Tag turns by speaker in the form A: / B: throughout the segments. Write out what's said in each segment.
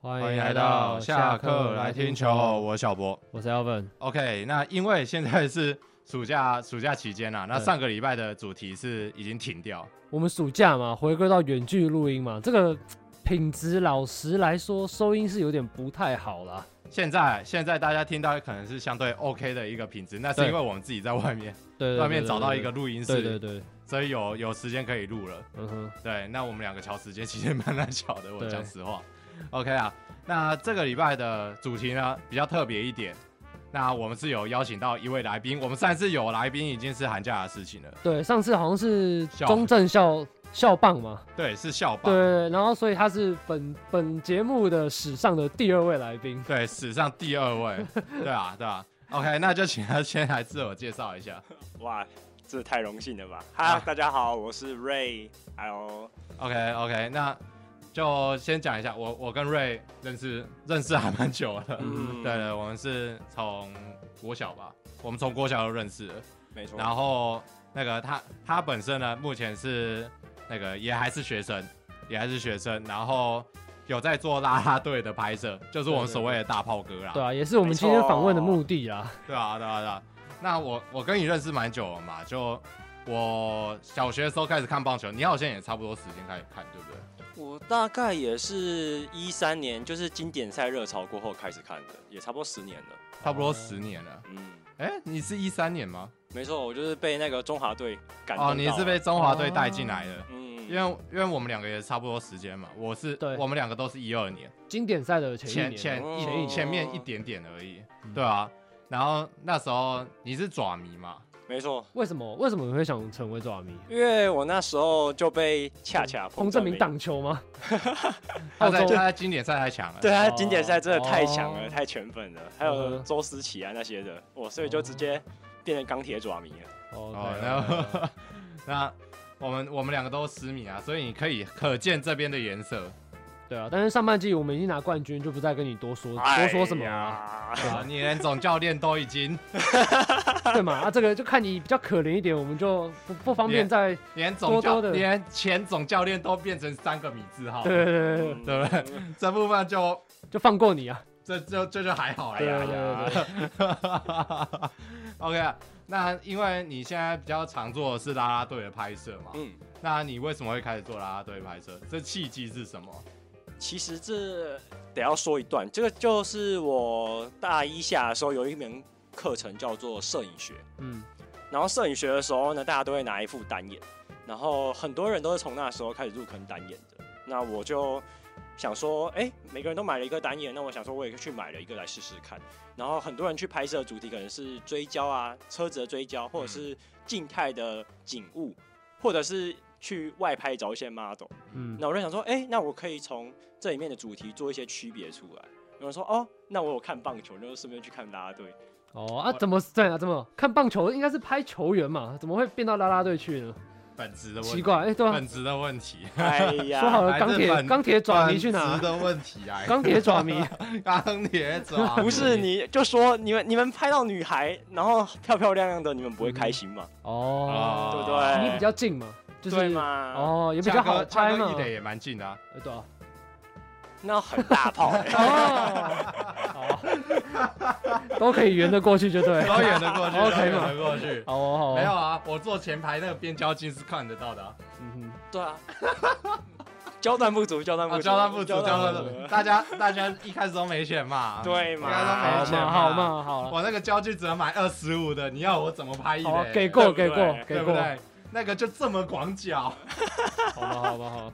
A: 欢迎来到下课来听球，我是小博。
B: 我是 Alvin。
A: OK，那因为现在是暑假暑假期间啦、啊那
B: 对
A: 上个礼拜的主题是已经停掉，
B: 我们暑假嘛，回归到远距录音嘛，这个品质老实来说，收音是有点不太好啦。
A: 现在现在大家听到可能是相对 OK 的一个品质，那是
B: 对
A: 因为我们自己在外面
B: 对，对
A: 外面找到一个，录音室，
B: 对对对对对，
A: 所以有有时间可以录了。
B: 嗯哼，
A: 对，那我们两个调时间其实蛮难调的，我
B: 对
A: 讲实话。OK 啊，那这个礼拜的主题呢比较特别一点，那我们是有邀请到一位来宾，我们上一次有来宾已经是寒假的事情了，
B: 对，上次好像是
A: 校
B: 中正校校棒嘛，
A: 对，是
B: 对
A: 校霸，
B: 对，对然后所以他是本本节目的史上的第二位来宾。
A: 对，史上第二 位，对啊，对啊。OK，那就请他先来自我介绍一下。
C: 哇，这太荣幸了吧！
A: 啊
C: 哈，大家好，我是 Ray，还哎有
A: OK OK，那就先讲一下，我我跟瑞认识认识还蛮久了，
C: 嗯
A: 对对，我们是从国小吧，我们从国小就认识了。
C: 没
B: 哦
C: 错，
A: 然后那个他他本身呢，目前是那个也还是学生，也还是学生，然后有在做啦啦队的拍摄，就是我们
B: 对对
A: 所谓的大炮哥啦，
B: 对啊，也是我们今天访问的目的啦。
A: 对啊对啊对啊。那我我跟你认识蛮久了嘛，就我小学的时候开始看棒球，你好像也差不多时间开始看，对不对？
C: 我大概也是一三年，就是经典赛热潮过后开始看的，也差不多十年了。
A: 差不多十年了。
C: 嗯，
A: 哎、你是一三年吗？
C: 没错，我就是被那个中华队感动到
A: 哦，你是被中华队带进来的。
C: 嗯，
A: 因为因为我们两个也差不多时间嘛，我是
B: 对
A: 我们两个都是一二年，
B: 经典赛的前
A: 前
B: 一年
A: 前
B: 哦，
C: 哦
A: 一
C: 前一
A: 前面一点点而已，对啊。然后那时候你是爪迷嘛？
C: 没错，
B: 为什么为什么你会想成为爪迷？
C: 因为我那时候就被恰恰
B: 彭正明，挡球吗？
A: 他在
B: 澳洲
A: 他在经典赛太强了，
C: 对他经典赛真的太强了，
B: 哦
C: 太全粉了，
B: 嗯
C: 还有
B: 哼
C: 周思齐啊那些的，我所以就直接变成钢铁爪迷了。
B: 哦
A: 哦，然后那我们我们两个都是十米啊，所以你可以可见这边的颜色
B: 对啊，但是上半季我们已经拿冠军，就不再跟你多说多
C: 哎
B: 说什么了，
C: 呀
A: 啊，你连总教练都 已经
B: 对嘛？啊，这个就看你比较可怜一点，我们就不不方便再
A: 连总教
B: 多多的
A: 连前总教练都变成三个米字号，
B: 对对对对对，
A: 对不对？
C: 嗯
A: 这部分就
B: 就放过你啊。
A: 这这这就还好了
B: 对
A: 哎呀
B: 对。对对，
A: OK，啊那因为你现在比较常做的是啦啦队的拍摄嘛，
C: 嗯，
A: 那你为什么会开始做啦啦队拍摄？这契机是什么？
C: 其实这得要说一段，这个就是我大一下的时候有一门课程叫做摄影学，
B: 嗯，
C: 然后摄影学的时候呢，大家都会拿一副单眼，然后很多人都是从那时候开始入坑单眼的。那我就想说，哎、每个人都买了一个单眼，那我想说我也去买了一个来试试看。然后很多人去拍摄的主题可能是追焦啊，车子的追焦，或者是静态的景物，或者是去外拍找一些 model。
B: 嗯，
C: 那我就想说，哎、那我可以从这里面的主题做一些区别出来。有人说，哦，那我有看棒球，就顺便去看啦啦队。
B: 哦啊，怎么对啊？怎么看棒球应该是拍球员嘛？怎么会变到啦啦队去呢？
A: 本质的问题，
B: 奇怪，哎，对啊，
A: 本质的问题，
C: 哎呀，
B: 说好了
A: 还是
B: 钢铁
A: 本
B: 钢铁爪迷去
A: 本
B: 哪
A: 质？的问题 啊，
B: 钢铁爪迷，
A: 钢铁爪迷
C: 不是，你就说你们你们拍到女孩，然后漂漂亮亮的，你们不会开心吗？
B: 哦，
C: 对不对？
B: 你比较近嘛，就是
C: 对嘛？哦，
B: 哦，也比
A: 价
B: 较
A: 格
B: 好
A: 价
B: 拍
A: 格
B: 嘛
A: 一，垒也蛮近的啊，
B: 哎对啊。，
C: 那很大炮、欸
B: 哦，好，啊都可以圆得过去就对。
A: 都远得过去，
B: OK
A: 都远
B: 嘛
A: 得过去。
B: 好哦，好哦，
A: 没有啊，我坐前排那个边交镜是看得到的啊。
B: 嗯
C: 对啊。交段不足，交段不
A: 啊，
C: 足，
A: 交大不足，交大不
C: 不足
A: 足，大家大家一开始都没选嘛。
C: 对
A: 应
B: 哼，
A: 该都没
C: 嘛
A: 有
B: 好
A: 钱
B: 嘛，
A: 嘛
B: 好嘛，好了，
A: 我那个焦距只能买二十五的，你要我怎么拍一垒？
B: 好啊，给过，给
C: 对不
B: 过
C: 对，
B: 给
A: 对不
B: 过，
A: 对？那个就这么广角，
B: 好吧，好吧，好吧。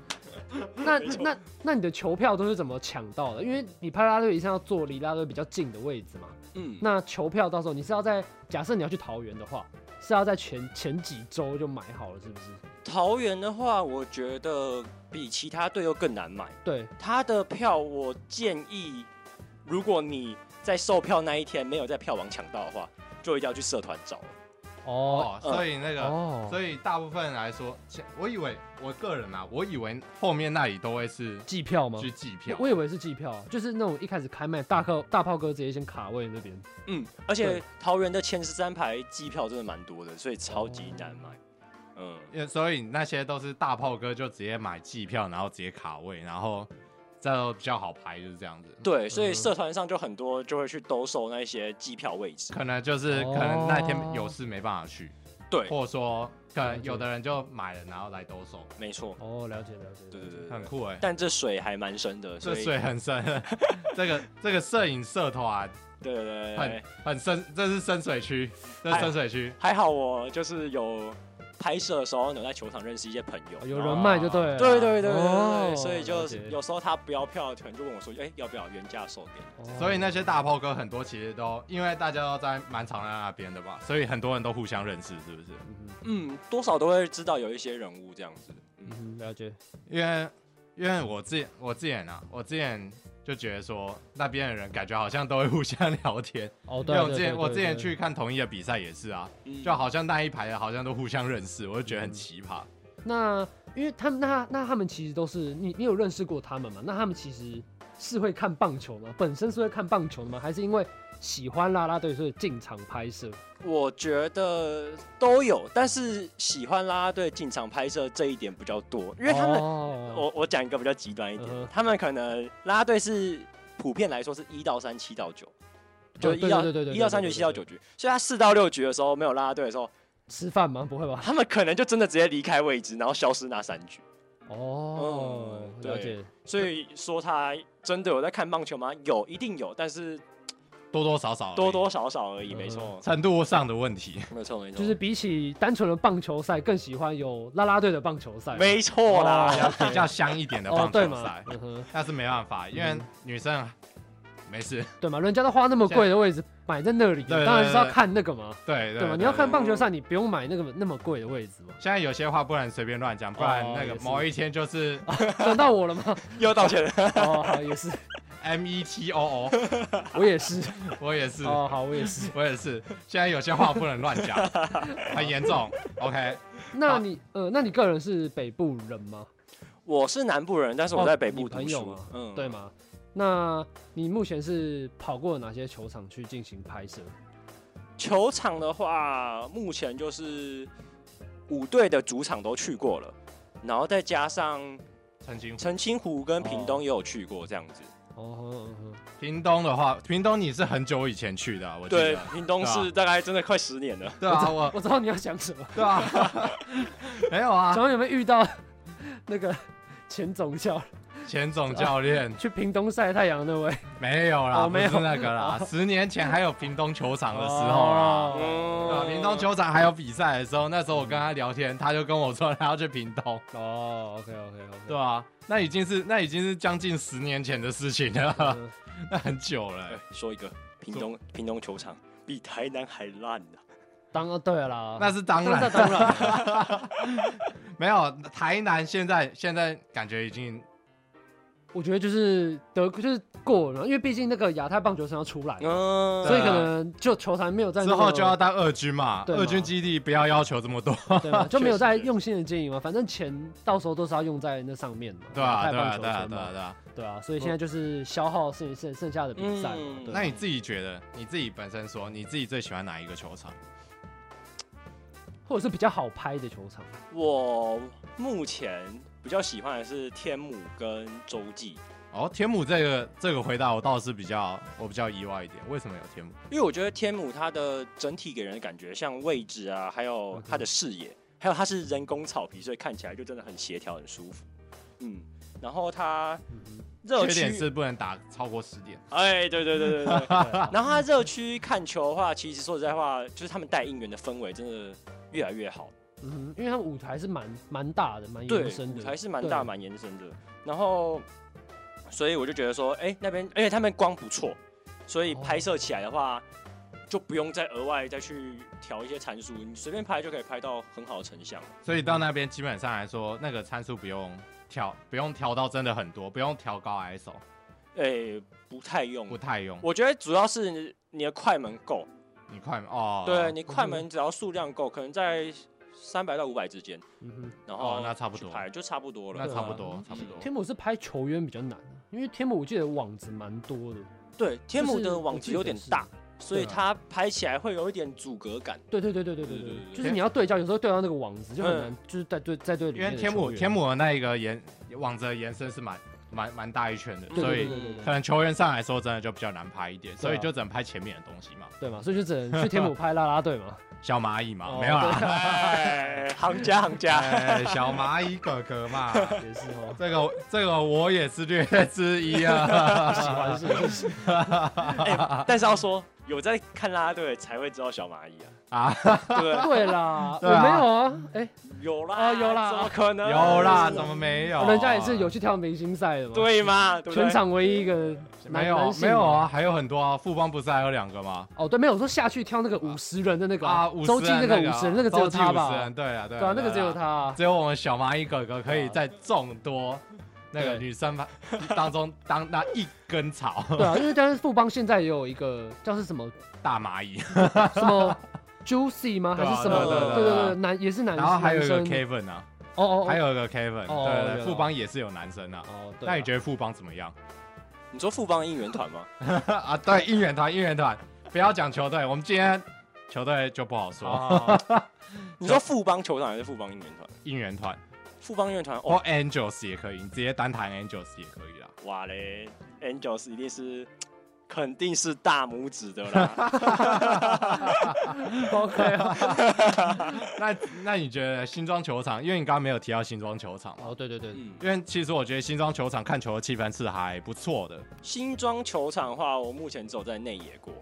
B: 那
C: 没错
B: 那那你的球票都是怎么抢到的？因为你拍拉队一定要坐离拉队比较近的位置嘛。
C: 嗯，
B: 那球票到时候你是要在，假设你要去桃园的话，是要在前前几周就买好了，是不是？
C: 桃园的话，我觉得比其他队又更难买。
B: 对，
C: 他的票，我建议，如果你在售票那一天没有在票网抢到的话，就一定要去社团找了。
B: 哦
A: 哦，所以那个，
B: 哦，
A: 所以大部分来说，前我以为我个人啊，我以为后面那里都会是
B: 季票吗？
A: 去计票
B: 我，以为是季票啊，就是那种一开始开卖大炮大炮哥直接先卡位那边。
C: 嗯，而且
B: 对
C: 桃园的前十三排机票真的蛮多的，所以超级难买。嗯，
A: 因为所以那些都是大炮哥就直接买计票，然后直接卡位，然后这样比较好排，就是这样子。
C: 对，所以
B: 嗯
C: 社团上就很多就会去兜售那些机票位置。
A: 可能就是
B: 哦
A: 可能那一天有事没办法去，
C: 对，
A: 或者说可
B: 了
A: 能
B: 解
A: 有的人就买了然后来兜售，
C: 没错，
B: 哦，了解了解，
C: 对对对对
A: 很
C: 对。
A: 酷哎、欸。
C: 但这水还蛮深的，所
A: 这
C: 以
A: 水很深， 这个这个摄影社团
C: 对对对对哎
A: 很
C: 对，
A: 很深，这是深水区，这是深水区。
C: 还好我就是有拍摄的时候有在球场认识一些朋友，
B: 哦有
C: 然后
B: 人脉就对了，
C: 对对对对对
B: 哦
C: 对，所以就
B: 了解
C: 是有时候他不要票，可能就问我说，哎，要不要原价售给你？
B: 哦
A: 所以那些大炮哥很多其实都因为大家都在蛮常在那边的吧，所以很多人都互相认识，是不是？
B: 嗯哼
C: 嗯，多少都会知道有一些人物这样子。
B: 嗯哼了解，
A: 因为因为我自己我自己啊，我之前就觉得说那边的人感觉好像都会互相 聊天，
B: 哦
A: 因
B: 对，
A: 为
B: 对
A: 我之前
B: 对
A: 我
B: 对
A: 之前
B: 对
A: 去看同一的比赛也是啊，
C: 嗯
A: 就好像那一排的好像都互相认识，我就觉得很
B: 嗯
A: 奇葩。
B: 那因为他们那那他们其实都是你你有认识过他们吗？那他们其实是会看棒球吗？本身是会看棒球的吗？还是因为喜欢啦啦队所以进场拍摄？
C: 我觉得都有，但是喜欢啦啦队进场拍摄这一点比较多，因为他们，
B: 哦、
C: 我我讲一个比较极端一
B: 嗯
C: 点
B: 哼，
C: 他们可能啦啦队是普遍来说是一到三、七到九，就
B: 哦
C: 一
B: 对
C: 到
B: 对对对对
C: 一到三
B: 对
C: 局、
B: 对
C: 七到
B: 对
C: 九局，所以他四到六局的时候没有啦啦队的时候，
B: 吃饭吗？不会吧？
C: 他们可能就真的直接离开位置，然后消失那三局。
B: 哦，
C: 嗯
B: 了
C: 对
B: 解。
C: 所以说他真的有在看棒球吗？有，一定有，但是
A: 多多少少而已
C: 多多少少而已，
B: 嗯
C: 没错，
A: 程度上的问题，
C: 没错，没错，
B: 就是比起单纯的棒球赛，更喜欢有啦啦队的棒球赛吗。
C: 没错啦。
A: 要比较香一点的
B: 啊哦
A: 棒，
B: 对
A: 球
B: 嘛
A: 赛，，
B: 嗯哼，
A: 那是没办法，因为
B: 嗯
A: 女生啊没事，
B: 对嘛，人家都花那么贵的位置摆在那里，
A: 对对
B: 当然是要
A: 对
B: 看那个嘛，
A: 对
B: 对嘛？
A: 对，
B: 你要
A: 对
B: 看棒球赛，你不用买那个那么贵的位置嘛。
A: 现在有些话不能随便乱讲，不然
B: 哦
A: 那个
B: 也是哦
A: 某一天就是
B: 轮到我了吗？
C: 又道歉了，
B: 哦，好，也是，
A: M E T O O，
B: 我也是。
A: 我也是，
B: 哦，好，我也是。
A: 我也是。现在有些话不能乱 讲，很严重。OK，
B: 那
A: 好
B: 你呃，那你个人是北部人吗？
C: 我是南部人，但是我
B: 哦
C: 在北部
B: 你
C: 读
B: 朋友
C: 书
B: 嘛，
C: 嗯，
B: 对吗？那你目前是跑过哪些球场去进行拍摄？
C: 球场的话，目前就是五队的主场都去过了，然后再加上
A: 澄清。
C: 澄清湖跟屏东也有去过，这样子。
B: 哦，嗯嗯
A: 屏东的话，屏东你是很久以前去的啊、我记
C: 对
A: 得。，
C: 屏东是大概真的快十年了。
A: 对啊，我
B: 我知道你要讲什么，
A: 对啊， 没有啊
B: 想，问有没有遇到 那个前总教
A: 前总教 练
B: 去屏东晒太阳那位？
A: 哦没有啦，
B: 哦没有
A: 不是那个啦，十年前还有屏东球场的时候啦。
B: 哦
A: 对啊，
C: 嗯
A: 屏东球场还有比赛的时候，那时候我跟他聊天，他就跟我说他要去屏东，
B: 哦，OK OK OK，
A: 对啊，那已经是那已经是将近十年前的事情了， 那很久了欸、
C: 哎说一个屏东屏东球场比台南还烂呢、
B: 当然对啊啦，
A: 那是当
B: 那
A: 然，
B: 当然，
A: 没有台南现在现在感觉已经
B: 我觉得就是德就是过了，因为毕竟那个亚太棒球生要出来嘛，
C: 嗯，
B: 所以
A: 对啊
B: 可能就球团没有在那
A: 之后
B: 么
A: 就要当二军嘛，
B: 对嘛
A: 二军基地不要要求这么多，
B: 对啊吧？就没有在
C: 确实
B: 用心的经营嘛，反正钱到时候都是要用在那上面嘛，
A: 对啊
B: 太
A: 对
B: 棒
A: 啊
B: 球
A: 对啊
B: 圈
A: 对啊
B: 嘛，
A: 对啊。
B: 对啊，所以现在就是消耗剩剩剩下的比赛嘛
C: 嗯，
B: 对
A: 那
B: 吧
A: 你自己觉得，你自己本身说，你自己最喜欢哪一个球场？
B: 或者是比较好拍的球场，
C: 我目前比较喜欢的是天母跟洲际，
A: 哦，天母这个这个回答我倒是比较我比较意外一点，为什么有天母？
C: 因为我觉得天母它的整体给人的感觉，像位置啊，还有它的视野，还有它是人工草皮，所以看起来就真的很协调，很舒服。嗯，然后它
B: 嗯
C: 热
A: 缺点
C: 区，
A: 是不能打超过十点。
C: 哎，对对对对对。
B: 对
C: 然后它热区看球的话，其实说实在话，就是他们带应援的氛围真的越来越好。
B: 嗯哼，因为他们舞台是蛮蛮大的，蛮
C: 对
B: 延伸，的，
C: 还是蛮
B: 对
C: 大蛮延伸的。然后，所以我就觉得说，哎、那边，而且他们光不错，所以
B: 哦
C: 拍摄起来的话，就不用再额外再去调一些参数，你随便拍就可以拍到很好的成像。
A: 所
B: 嗯
A: 以到那边基本上来说，那个参数不用调，不用调到真的很多，不用调高 ISO，
C: 哎、不太用
B: 嗯
A: 不，太用。
C: 我觉得主要是你的快门够，
A: 你快
B: 啊
A: 哦，
C: 对你快门只要数量够，可能在三百到五百之间，
B: 嗯哼，
C: 然后、
A: 哦那差不多
C: 拍就差不多
A: 那
C: 了。啊
A: 差不多，差不多。
B: 嗯天母是拍球员比较难，因为天母我记得网子蛮多的，
C: 对，天母
B: 就是
C: 的
B: 我
C: 网
B: 记
C: 子有
B: 得
C: 点
B: 是
C: 大，所以
B: 对啊
C: 它拍起来会有一点阻隔感。
B: 对对对对对对
C: 对对
B: 对，
C: 对
B: 就是你要对焦，有时候对到那个网子就很
C: 嗯
B: 难，就是在对在对里
A: 因为
B: 面的球员。
A: 天母天母的那一个延网子的延伸是蛮蛮蛮大一圈的，
B: 对
A: 所
B: 对
A: 以
B: 对对对对
A: 可能球员上来说真的就比较难拍一点，所
B: 对
A: 以
B: 啊
A: 就只能拍前面的东西嘛，
B: 对嘛，所以就只能去天母拍啦啦队嘛。
A: 小蚂蚁嘛，
B: 哦
A: 没有 啦，
C: 哎，行家行家，
A: 哎，小蚂蚁哥哥嘛，
B: 也是哦，
A: 这个这个我也是略之一啊，
B: 喜欢是不是？
C: 哎但是要说有在看啦啦队才会知道小蚂蚁啊，
A: 啊，
C: 对不对？
B: 对啦，我
A: 对啊
B: 没有啊，哎，
C: 有啦，
B: 啊 有啦
C: 怎么可能？
A: 有啦，怎么没有？啊
B: 人家也是有去跳明星赛的嘛，，
C: 对吗？对不对
B: 全场唯一一个男
A: 没有
B: 男性
A: 没有啊，还有很多啊，富邦不是还有两个吗？
B: 哦，对，没有我说下去挑那个五十人的那个
A: 啊，五十
B: 周记那个五十人那个只有他
A: 周记50
B: 吧
A: 人？对啊，对
B: 对啊，那个只有，
A: 啊
B: 他啊。
A: 只有我们小蚂蚁哥哥可以在众多那个
B: 对
A: 女生当中当那一根草，
B: 对啊，因为但是富邦现在也有一个叫是什么
A: 大蚂蚁，
B: 什么 Juicy 吗？还
A: 对啊
B: 是什么？
C: 对啊对啊
B: 对
A: 对啊
B: 对，男也是男，
A: 然后还有一个
B: 男生
A: Kevin 啊，
B: 哦哦，哦
A: 还有一个 Kevin，
B: 哦
A: 对
B: 有
A: 对，富邦也是有男生啊。
B: 哦，对啊，
A: 那你觉得富邦怎么样？
C: 你说富邦应援团吗？
A: 啊，对，应援团，应援团，不要讲球队，我们今天球队就不好
B: 啊
A: 说。
C: 你说富邦球场还是富邦应援团？
A: 应援团
C: 富邦应援团
A: 或
C: 哦，
A: Angels 也可以，你直接单谈 Angels 也可以啦。啊
C: 哇嘞，Angels 一定是肯定是大拇指的 啦。
B: 得 OK 啊？
A: 那那你觉得新庄球场？因为你刚刚没有提到新庄球场嘛，
B: 哦，对对对，
C: 嗯，
A: 因为其实我觉得新庄球场看球的气氛是还不错的。
C: 新庄球场的话，我目前只有在内野过，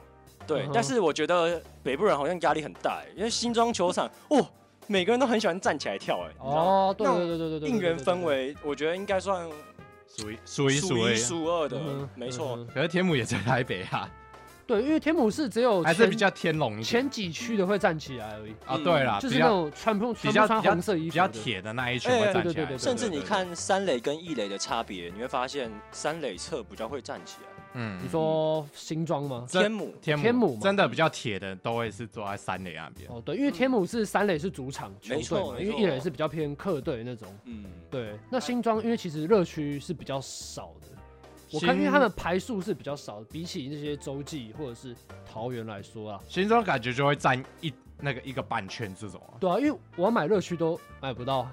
C: 对，
B: 嗯哼
C: 但是我觉得北部人好像压力很大欸，因为新庄球场哦，每个人都很喜欢站起来跳，哎，你知道吗
B: 哦，对对对对对对，
C: 应援
B: 对
C: 氛，围，我觉得应该算
A: 数一数一数
C: 数
A: 二
C: 一。数二的
B: 对对对嗯，
C: 没
B: 嗯
C: 错。
A: 可是天母也在台北啊，
B: 对，因为天母是只有
A: 还是
B: 前
A: 比较天龙一点
B: 前几区的会站起来而已，
A: 啊。对啦，
B: 嗯就
A: 比
B: 是那
A: 较
B: 种穿不
A: 比
B: 穿
A: 较
B: 不穿红色衣
A: 比
B: 服的，
A: 较铁的那一群会
C: 哎
A: 站
B: 对
A: 起
B: 对
A: 来，
B: 对对
C: 甚至你
A: 对，
C: 看三垒跟一垒的差别，你会发现三垒侧比较会站起来，
A: 嗯
B: 你说新庄吗？
A: 这
C: 天母
A: 天
B: 天母嘛
A: 真的比较铁的都会是坐在山垒那边。
B: 哦，对，因为天母是三垒是主场球
C: 没错
B: 队嘛，
C: 没
B: 因为
C: 错
B: 一垒是比较偏客队那种。
C: 嗯，
B: 对，那新庄因为其实热区是比较少的，我看因
A: 新
B: 为他们排数是比较少的，比起那些洲际或者是桃园来说啊，
A: 新庄感觉就会占一那个一个半圈这种啊。
B: 对啊，因为我要买热区都买不到，啊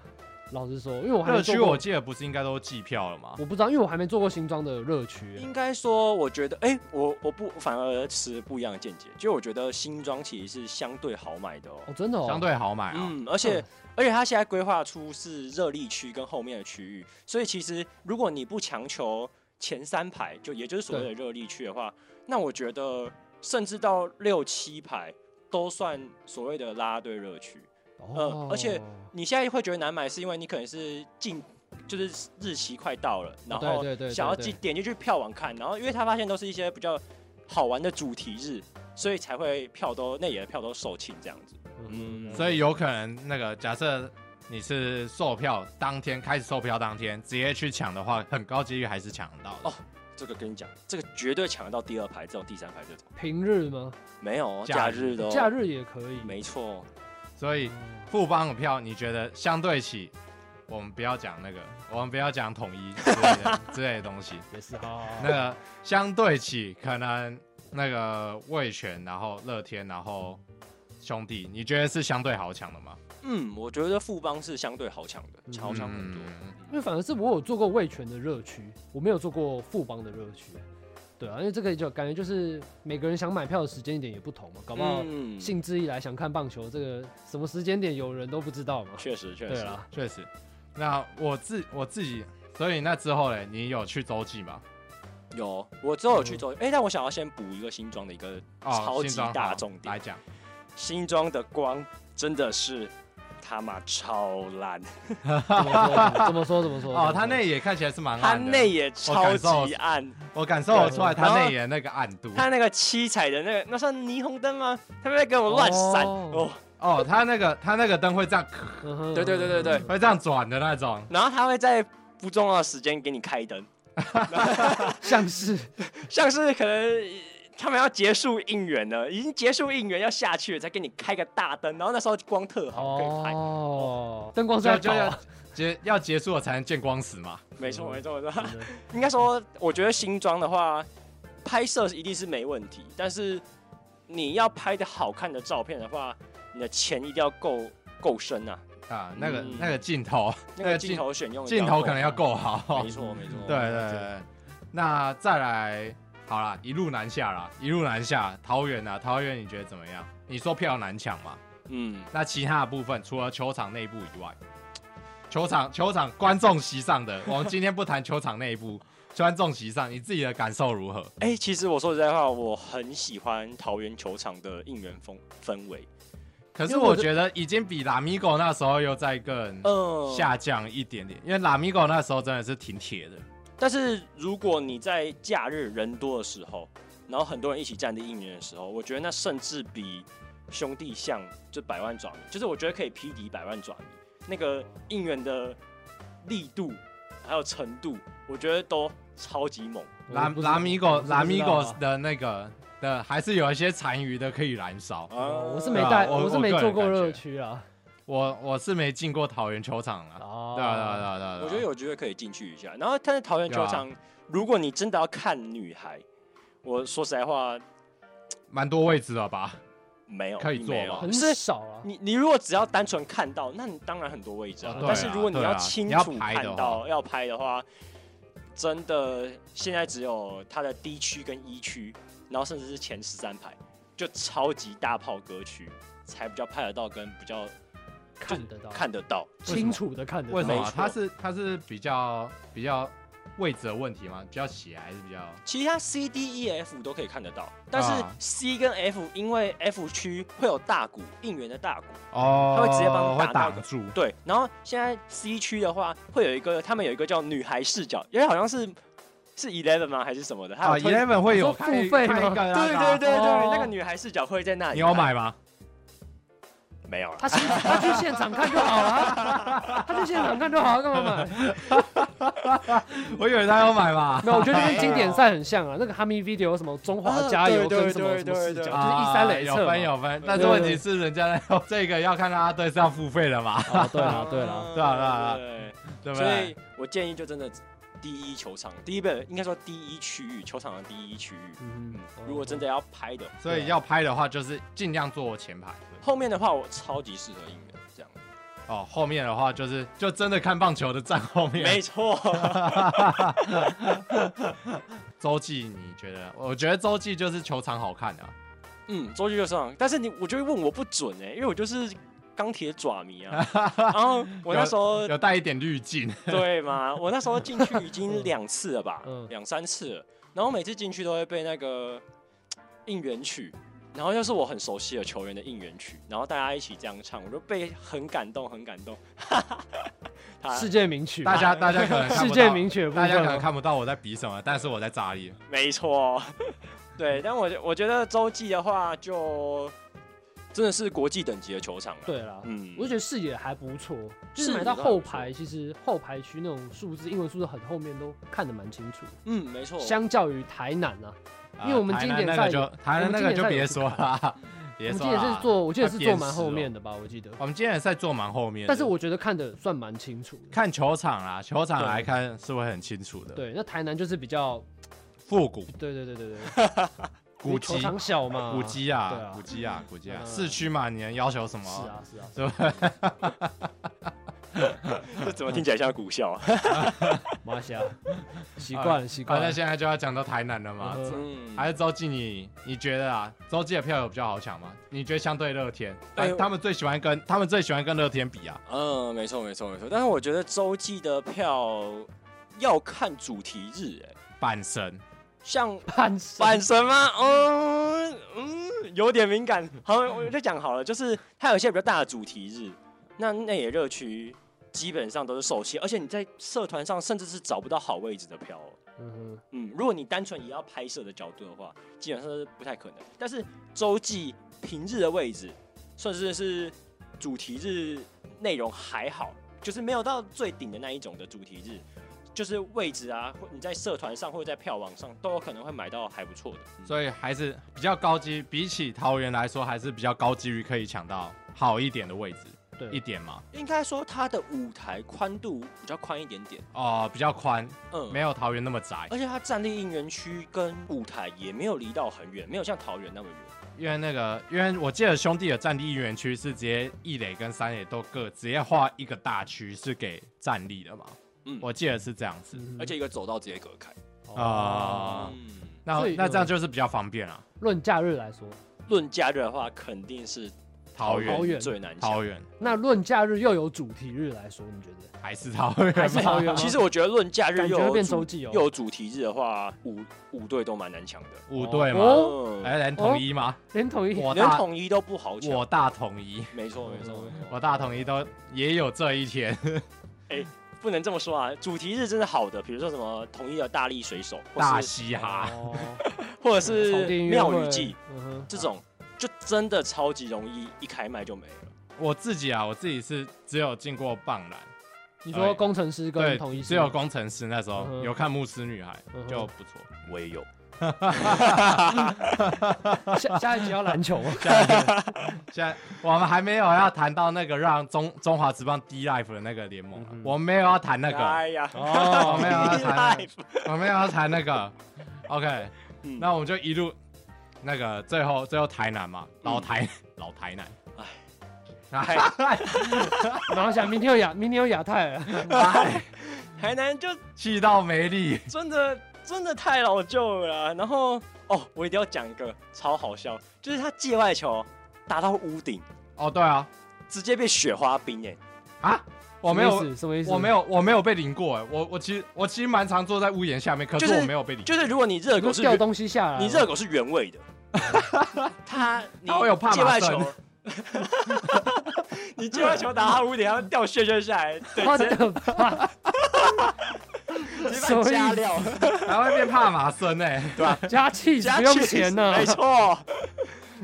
B: 老实说，因为我还没
A: 热
B: 做
A: 区
B: 过
A: 我记得不是应该都计票了吗？
B: 我不知道，因为我还没做过新庄的热区、欸
C: 应该说，我觉得，哎、我我不反而持不一样的见解，就我觉得新庄其实是相对好买的哦。
B: 哦，真的哦，
A: 相对好买啊。
C: 嗯，而且、而且它现在规划出是热力区跟后面的区域，所以其实如果你不强求前三排，就也就是所谓的热力区的话，那我觉得甚至到六七排都算所谓的拉拉队热区。
B: 哦
C: 呃而且你现在会觉得难买，是因为你可能是进，就是日期快到了，然
B: 对
C: 后
B: 对对对
C: 想要
B: 对
C: 进点进去票网看，然后因为他发现都是一些比较好玩的主题日，所以才会票都内野的票都售罄这样子。嗯
A: 所以有可能那个假设你是售票当天开始售票当天直接去抢的话，很高几率还是抢得到的。
C: 哦这个跟你讲，这个绝对抢得到第二排这种、第三排这种，
B: 平日吗？
C: 没有哦
A: 假
C: 假
A: 日
C: 日的、哦，
B: 假日也可以，
C: 没错，
A: 所以富邦的票，你觉得相对起我们不要讲那个，我们不要讲统一之类的之类的东西，
B: 也是哈。
A: 那个相对起可能那个味全，然后乐天，然后兄弟，你觉得是相对好抢的吗？
C: 嗯，我觉得富邦是哦相对好抢的，好抢很多。
A: 嗯
B: 因为反而是我有做过味全的热区，我没有做过富邦的热区。对啊，因为这个就感觉就是每个人想买票的时间点也不同嘛，搞不好
C: 嗯
B: 兴致一来想看棒球，这个什么时间点有人都不知道嘛。
C: 确实确
B: 对啊
C: 实，
B: 啦，
A: 确实。那我自我自己，所以那之后嘞，你有去洲际吗？
C: 有我之后有去做，哎、但我想要先补一个新庄的一个超级
A: 哦新庄
C: 大
A: 好
C: 重点
A: 来讲，
C: 新庄的光真的是他妈超烂，
B: 怎么说怎么说？怎么说
A: 哦，他内野看起来是蛮
C: 他
A: 暗的，
C: 内也超级暗，
A: 我感受出来
C: 然
A: 他
C: 后
A: 内野那个暗度。
C: 他那个七彩的那个那算霓虹灯吗？他们在给我乱闪
B: 哦
C: 哦，
A: 哦，他那个他那个灯会这样，
B: 嗯哼
C: 对对对对对
A: 会这样转的那种。
C: 然后他会在不重要的时间给你开灯，
B: 像是
C: 像是可能。呃他们要结束应援了，已经结束应援要下去了，才给你开个大灯，然后那时候光特好可以拍，
B: 哦，灯光是
A: 就
B: 要
A: 就
B: 搞啊
A: 要结要结束了才能见光死嘛。
C: 没错没错没
A: 嗯
C: 错，
B: 真的
C: 应该说，我觉得新装的话，拍摄一定是没问题，但是你要拍的好看的照片的话，你的钱一定要够够深啊，
A: 啊，那个
C: 嗯
A: 那个镜头，
C: 那个镜头选用
A: 镜头可能要
C: 够
A: 够好
C: 好，。没错没错，
A: 对对对，那再来，好啦，一路南下啦，一路南下，桃园啊，桃园你觉得怎么样？你说票难抢嘛？
C: 嗯，
A: 那其他的部分，除了球场内部以外，球场球场观众席上的，我们今天不谈球场内部，观众席上你自己的感受如何？
C: 哎、其实我说实在话，我很喜欢桃园球场的应援风氛围，
A: 可是
B: 因为我
A: 我
B: 的
A: 觉得已经比拉米狗那时候又再更
B: 呃
C: 嗯，
A: 下降一点点，因为拉米狗那时候真的是挺铁的。
C: 但是如果你在假日人多的时候，然后很多人一起站立应援的时候，我觉得那甚至比兄弟像就百万爪迷，就是我觉得可以匹敌百万爪迷那个应援的力度还有程度，我觉得都超级猛。
A: 拉
B: 我不知
A: 拉米狗
B: 我不知道
A: 拉
B: 啊
A: 米狗的那个的，还是有一些残余的可以燃烧。
C: 啊
B: 哦我是
A: 对
B: 没
A: 啊
B: 带，
A: 我
B: 我是
A: 我
B: 没
A: 个人
B: 做过
A: 感觉
B: 热区啊。
A: 我我是没进过桃园球场了。
B: 哦
A: 对啊对啊对啊对啊。对啊
C: 我觉得有机会可以进去一下。然后，但是桃园球场，如果你真的要看女孩，我说实在话，
A: 蛮多位置了吧？
C: 没有
A: 可以
C: 并
A: 坐
C: 没有
A: 吧
B: 很
C: 是
B: 少啊。
C: 你你如果只要单纯看到，那你当然很多位置啊
B: 啊。对啊
C: 但是如果你
A: 对
C: 要
A: 啊
C: 清
A: 你要
C: 楚
A: 排的
C: 看到要拍的话，真的现在只有它的 D 区跟 E 区，然后甚至是前十三排，就超级大炮歌曲才比较拍得到跟比较
B: 看得到，
C: 看得到。
A: 啊为什
B: 清
A: 么
B: 楚的看得到。
A: 为什
C: 没
A: 么
C: 错
A: 啊？它是它是比较比较位置的问题吗？比较斜还是比较？
C: 其实它 C、D、E、F 都可以看得到，但是
A: 啊
C: C 跟 F 因为 F 区会有大鼓应援的大鼓，
A: 哦
C: 它会直接帮你打
A: 会
C: 到
A: 挡住。
C: 对，然后现在 C 区的话，会有一个他们有一个叫女孩视角，因为好像是是 Eleven 吗还是什么的，它
A: 啊
C: 有推、
A: ，Eleven 会有
B: 你说
A: 开
B: 付费吗
A: 开一个啊
C: 对对对对，
B: 哦
C: 那个女孩视角会在那里。
A: 你有？买吗？
C: 没有了
B: 他。去他去现场看就好了啊，他去现场看就好了，啊干嘛买？
A: 我以为他有买 嘛。
B: 没有，我觉得跟经典赛很像啊。那个哈密 video 什么中华加油跟什么
C: 啊对对对
B: 什么视角，
C: 对对对
B: 就是一三两
A: 有
B: 侧嘛。
A: 分有分，
C: 对
A: 但是问题是人家这个要看他对是要付费的 嘛，
B: 哦，对了对了，
A: 对啊对啊
C: 对
A: 对不
C: 所
A: 对？
C: 以我建议就真的第一球场，第一不应该说第一区域，球场的第一区域。
B: 嗯
C: 嗯，如果真的要拍的，
A: 所以要拍的话，就是尽量坐前排。
C: 啊后面的话我超级适合应援，这样。
A: 哦，后面的话就是就真的看棒球的站后面。
C: 没错，
A: 周记，你觉得？我觉得周记就是球场好看啊。
C: 嗯，周杰就上，但是你我就会问我不准哎、因为我就是钢铁爪迷 啊。然后我那时候
A: 有带一点滤镜，
C: 对嘛，我那时候进去已经两次了吧
B: 嗯，
C: 两、三次了。然后每次进去都会被那个嘖应援曲，然后又是我很熟悉的球员的应援曲，然后大家一起这样唱，我就被很感动，很感动。 哈哈，
B: 世
C: 他
B: 界名曲，
A: 大家大家可能看
B: 世
A: 不
B: 界
A: 到，
B: 名曲的部
A: 大家可
B: 分
A: 能
B: 啊，
A: 看不到我在比什么，但是我在炸裂。
C: 没错， 对。但我觉我觉得洲际的话，就真的是国际等级的球场了。，
B: 对了。
C: 嗯
B: 我就觉得视野还不错，就是
C: 视
B: 买
C: 野
B: 到
C: 倒
B: 后
C: 不错
B: 排，其实后排区那种数字，英文数字很后面都看得蛮清楚。
C: 嗯，没
A: 哦
C: 错。
B: 相较于台南啊，
A: 啊
B: 因为我们
A: 台
B: 经
A: 南
B: 典
A: 那个
B: 赛
A: 就台南那个就别说了， 别
B: 我们
A: 说
B: 今天
A: 了
B: 是。坐，我记得是
A: 它
B: 坐
A: 偏
B: 蛮后
A: 食哦
B: 面的吧，我记得。
A: 我们今天赛坐蛮后面的，
B: 但是我觉得看的算蛮清楚的。
A: 看球场啦，球场
B: 对
A: 来看是会很清楚的。，
B: 对，那台南就是比较，
A: 复古
B: 对对对对对，
A: 古
B: 球
A: 迹。
B: 场小嘛，
A: 古迹
B: 对
A: 啊
B: 啊，
A: 古迹啊，古迹啊，
B: 嗯
A: 市区嘛，你能要求什么？
B: 是啊是啊，
C: 这 怎么听起来像古 笑啊？
B: 马来西 亚啊习惯了习惯
A: 反正
B: 了，
A: 现在就要讲到台南了嘛。
B: 嗯
C: 嗯，
A: 还是周记你，你觉得啊，周记的票有比较好抢吗？你觉得相对乐天，
C: 哎
A: 哎，他们最喜欢跟他们最喜欢跟乐天比啊。
C: 嗯，没错没错没错，但是我觉得洲际的票要看主题日、欸，
A: 阪神，
C: 像
B: 半
C: 阪神吗？嗯嗯，有点敏感。 好，我就讲好了，就是它有一些比较大的主题日，那内野热区基本上都是受限，而且你在社团上甚至是找不到好位置的票哦、
B: 嗯
C: 嗯，如果你单纯以要拍摄的角度的话，基本上是不太可能。但是洲际平日的位置，甚至是主题日内容还好，就是没有到最顶的那一种的主题日，就是位置啊，或你在社团上或者在票网上都有可能会买到还不错的。
A: 所以还是比较高级，比起桃园来说，还是比较高几率可以抢到好一点的位置。
B: 对
A: 一点嘛，
C: 应该说它的舞台宽度比较宽一点点，
A: 哦，比较宽，
C: 嗯，呃
A: 没有桃园那么窄，
C: 而且它站立应援区跟舞台也没有离到很远，没有像桃园那么远。
A: 因为那个，因为我记得兄弟的战地应援区是直接一垒跟三垒都各直接画一个大区是给战力的嘛，
C: 嗯
A: 我记得是这样子
B: 嗯
C: 而且一个走道直接隔开。
B: 哦
A: 啊、
C: 嗯，
A: 那
B: 所以
A: 那这样就是比较方便啊，
B: 论假日来说，
C: 论假日的话，肯定是
A: 桃园
B: 桃园
C: 最难想。
A: 桃园
B: 那论假日又有主题日来说，你觉得
A: 还是桃园吗，
B: 还是桃园吗？
C: 其实我觉得论假日
B: 感
C: 又
B: 觉会
C: 有
B: 变
C: 主
B: 周记哦。
C: 又有主题日的话，五五队都蛮难抢的。
A: 五队吗？
B: 哦
C: 嗯，
A: 来连统一吗？
B: 连统一，
A: 哎我
C: 连
A: 大
C: 统一都不好抢。
A: 我大统一，
C: 没错没
B: 哦
C: 错，没错
A: 我大统一都也有这一天，
C: 不能这么说啊。主题日真的好的，比如说什么统一的大力水手，或
A: 大
C: 是
A: 嘻哈，
B: 哦
C: 或者
B: 草
A: 嗯
C: 是
B: 地音乐
C: 妙
B: 会
C: 语季，
B: 嗯哼
C: 这种，就真的超级容易一开麦就没了。
A: 我自己啊，我自己是只有进过棒篮，
B: 你
A: 哎
B: 说工程师跟统一
A: 对，
B: 师
A: 只有工程师那时候
B: 嗯哼
A: 有看牧师女孩
B: 嗯哼
A: 就不错。
C: 我也有，
B: 下下一集要篮 球吗？
A: 下一个现在我们还没有要谈到那个让中中华职棒 D Life 的那个联盟啊
B: 嗯哼
A: 我没有要谈那个，
C: 哎呀，
A: 哦，我没有要 谈
C: Life，
A: 那个，我没有要谈那个。OK，
C: 嗯
A: 那我们就一路那个最后最后台南嘛，
B: 嗯
A: 老台老台南，
C: 哎
A: 哎，
B: 然后想明天有亚，明天有亚太了，
A: 哎
C: 台南就
A: 气到没力。
C: 真的真的太老旧了啦。然后哦，我一定要讲一个超好笑，就是他界外球打到屋顶，
A: 哦，对啊，
C: 直接变雪花冰哎。
A: 啊，我没有
B: 什么意思什么意思？
A: 我没有，我没有被淋过哎、我我其实我其实蛮常坐在屋檐下面，可是
C: 就是
A: 我没有被啊淋，
C: 就是如果你热
B: 你
C: 狗
B: 不
C: 是
B: 是
C: 原
B: 掉东西下来，
C: 你热，狗是原味的，他你
A: 他会有帕
C: 界
A: 玛
C: 外
A: 森
C: 球， 你界外球打他屋顶，然后掉屑屑下来，对，
A: 哦
B: 我
C: 直接
B: 的妈，
C: 直接把你加料，
A: 还会变帕玛森哎、
B: 加气
C: 加
B: 不用
C: cheese，
B: 钱啊
A: 啊
B: 呢，
C: 没错。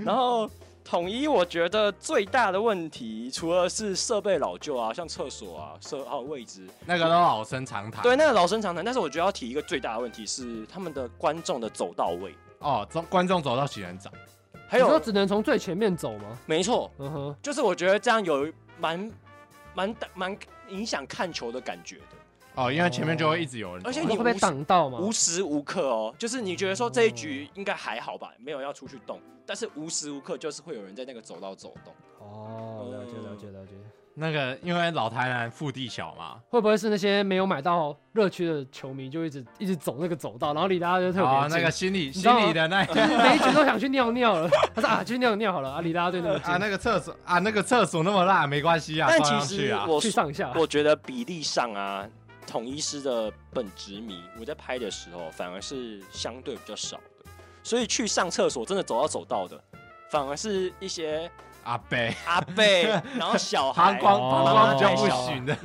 C: 然后统一，我觉得最大的问题，除了是设备老旧啊，像厕所啊、设还有位置，
A: 那个都老生常谈。
C: 对，那个老生常谈。但是我觉得要提一个最大的问题是他们的观众的走到位，
A: 哦，中观众走到喜人长，
C: 还
B: 你说
C: 有
B: 只能从最前面走吗？
C: 没错，
B: 嗯哼，
C: 就是我觉得这样有蛮蛮大蛮影响看球的感觉的。
A: 哦，因为前面就会一直有人走，
C: 而且
B: 你
C: 你
B: 哦会被
C: 无视
B: 挡到吗？
C: 无时无刻哦，就是你觉得说这一局应该还好吧，没有要出去动，但是无时无刻就是会有人在那个走道走动。
B: 哦，
A: 呃
B: 了解了解了解。
A: 那个因为老台南腹地小嘛，
B: 会不会是那些没有买到热区的球迷就一直一直走那个走道，然后离大家就特别近？
A: 哦，那个心理
B: 知
A: 心
B: 道吗
A: 理的那
B: 就是 每一局都想去尿尿了。 他说啊，去尿尿好了啊，离大家队那么近，
A: 啊那个厕所啊那个厕所那么辣没关系啊，
C: 但
A: 放
C: 其
A: 上去
C: 实
A: 啊，
C: 我
B: 去上一下。
C: 我觉得比例上啊，统一师的本职迷，我在拍的时候反而是相对比较少的，所以去上厕所真的走到走道的，反而是一些
A: 阿贝
C: 阿 贝，然后小
A: 膀
C: 孩，
A: 胱
B: 哦
A: 膀胱比较不
C: 太小了
A: 行的，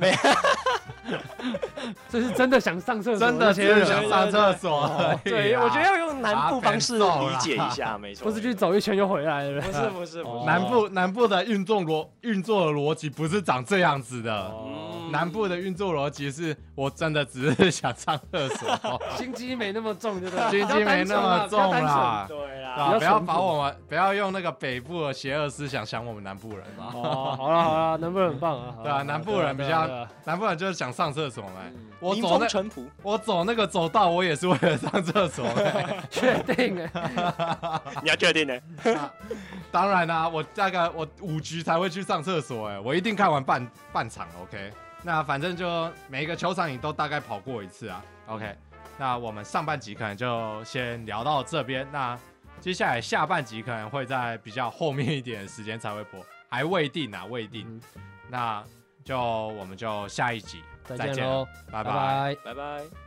B: 这是真的想上厕所，
A: 真的
B: 其
A: 只
B: 实
A: 是想上厕所而已啊。
C: 哦对， 我觉得要用南部方式
A: 阿贝瘦
C: 理
A: 啦
C: 解一下，没错，
B: 不是去
C: 没错，
B: 走一圈就回来了。
C: 不是不是不
B: 哦
C: 是，
A: 南部南部的运作逻运作的逻辑不是长这样子的。
C: 嗯
A: 南部的运作逻辑是我真的只是想上厕所，
B: 心机没那么重，对不对？
A: 心机没那么重 啦，
C: 对
A: 对
C: 啦，
A: 吧？
B: 比较
A: 啊不要
B: 淳朴
A: 把我们不要用那个北部的邪恶思想想我们南部人嘛，
B: 哦，好了好了，南部人很棒啊。好啦
A: 对啊南部人比较
B: 对啊嗯
A: 南部人就是想上厕所嘛。我
C: 民
A: 走那
C: 风 淳朴，
A: 我走那个走道，我也是为了上厕所嘛。
B: 对啊确定哎，
C: 你要确定呢？
A: 当然啦、我大概我五局才会去上厕所，哎，我一定看完半半场，OK。那反正就每一个球场你都大概跑过一次啊，OK。那我们上半集可能就先聊到这边，那接下来下半集可能会在比较后面一点的时间才会播，还未定啊，未定。
B: 嗯
A: 那就我们就下一集
B: 再见
A: 了
B: 喽，
A: 拜
B: 拜拜。
C: 拜拜。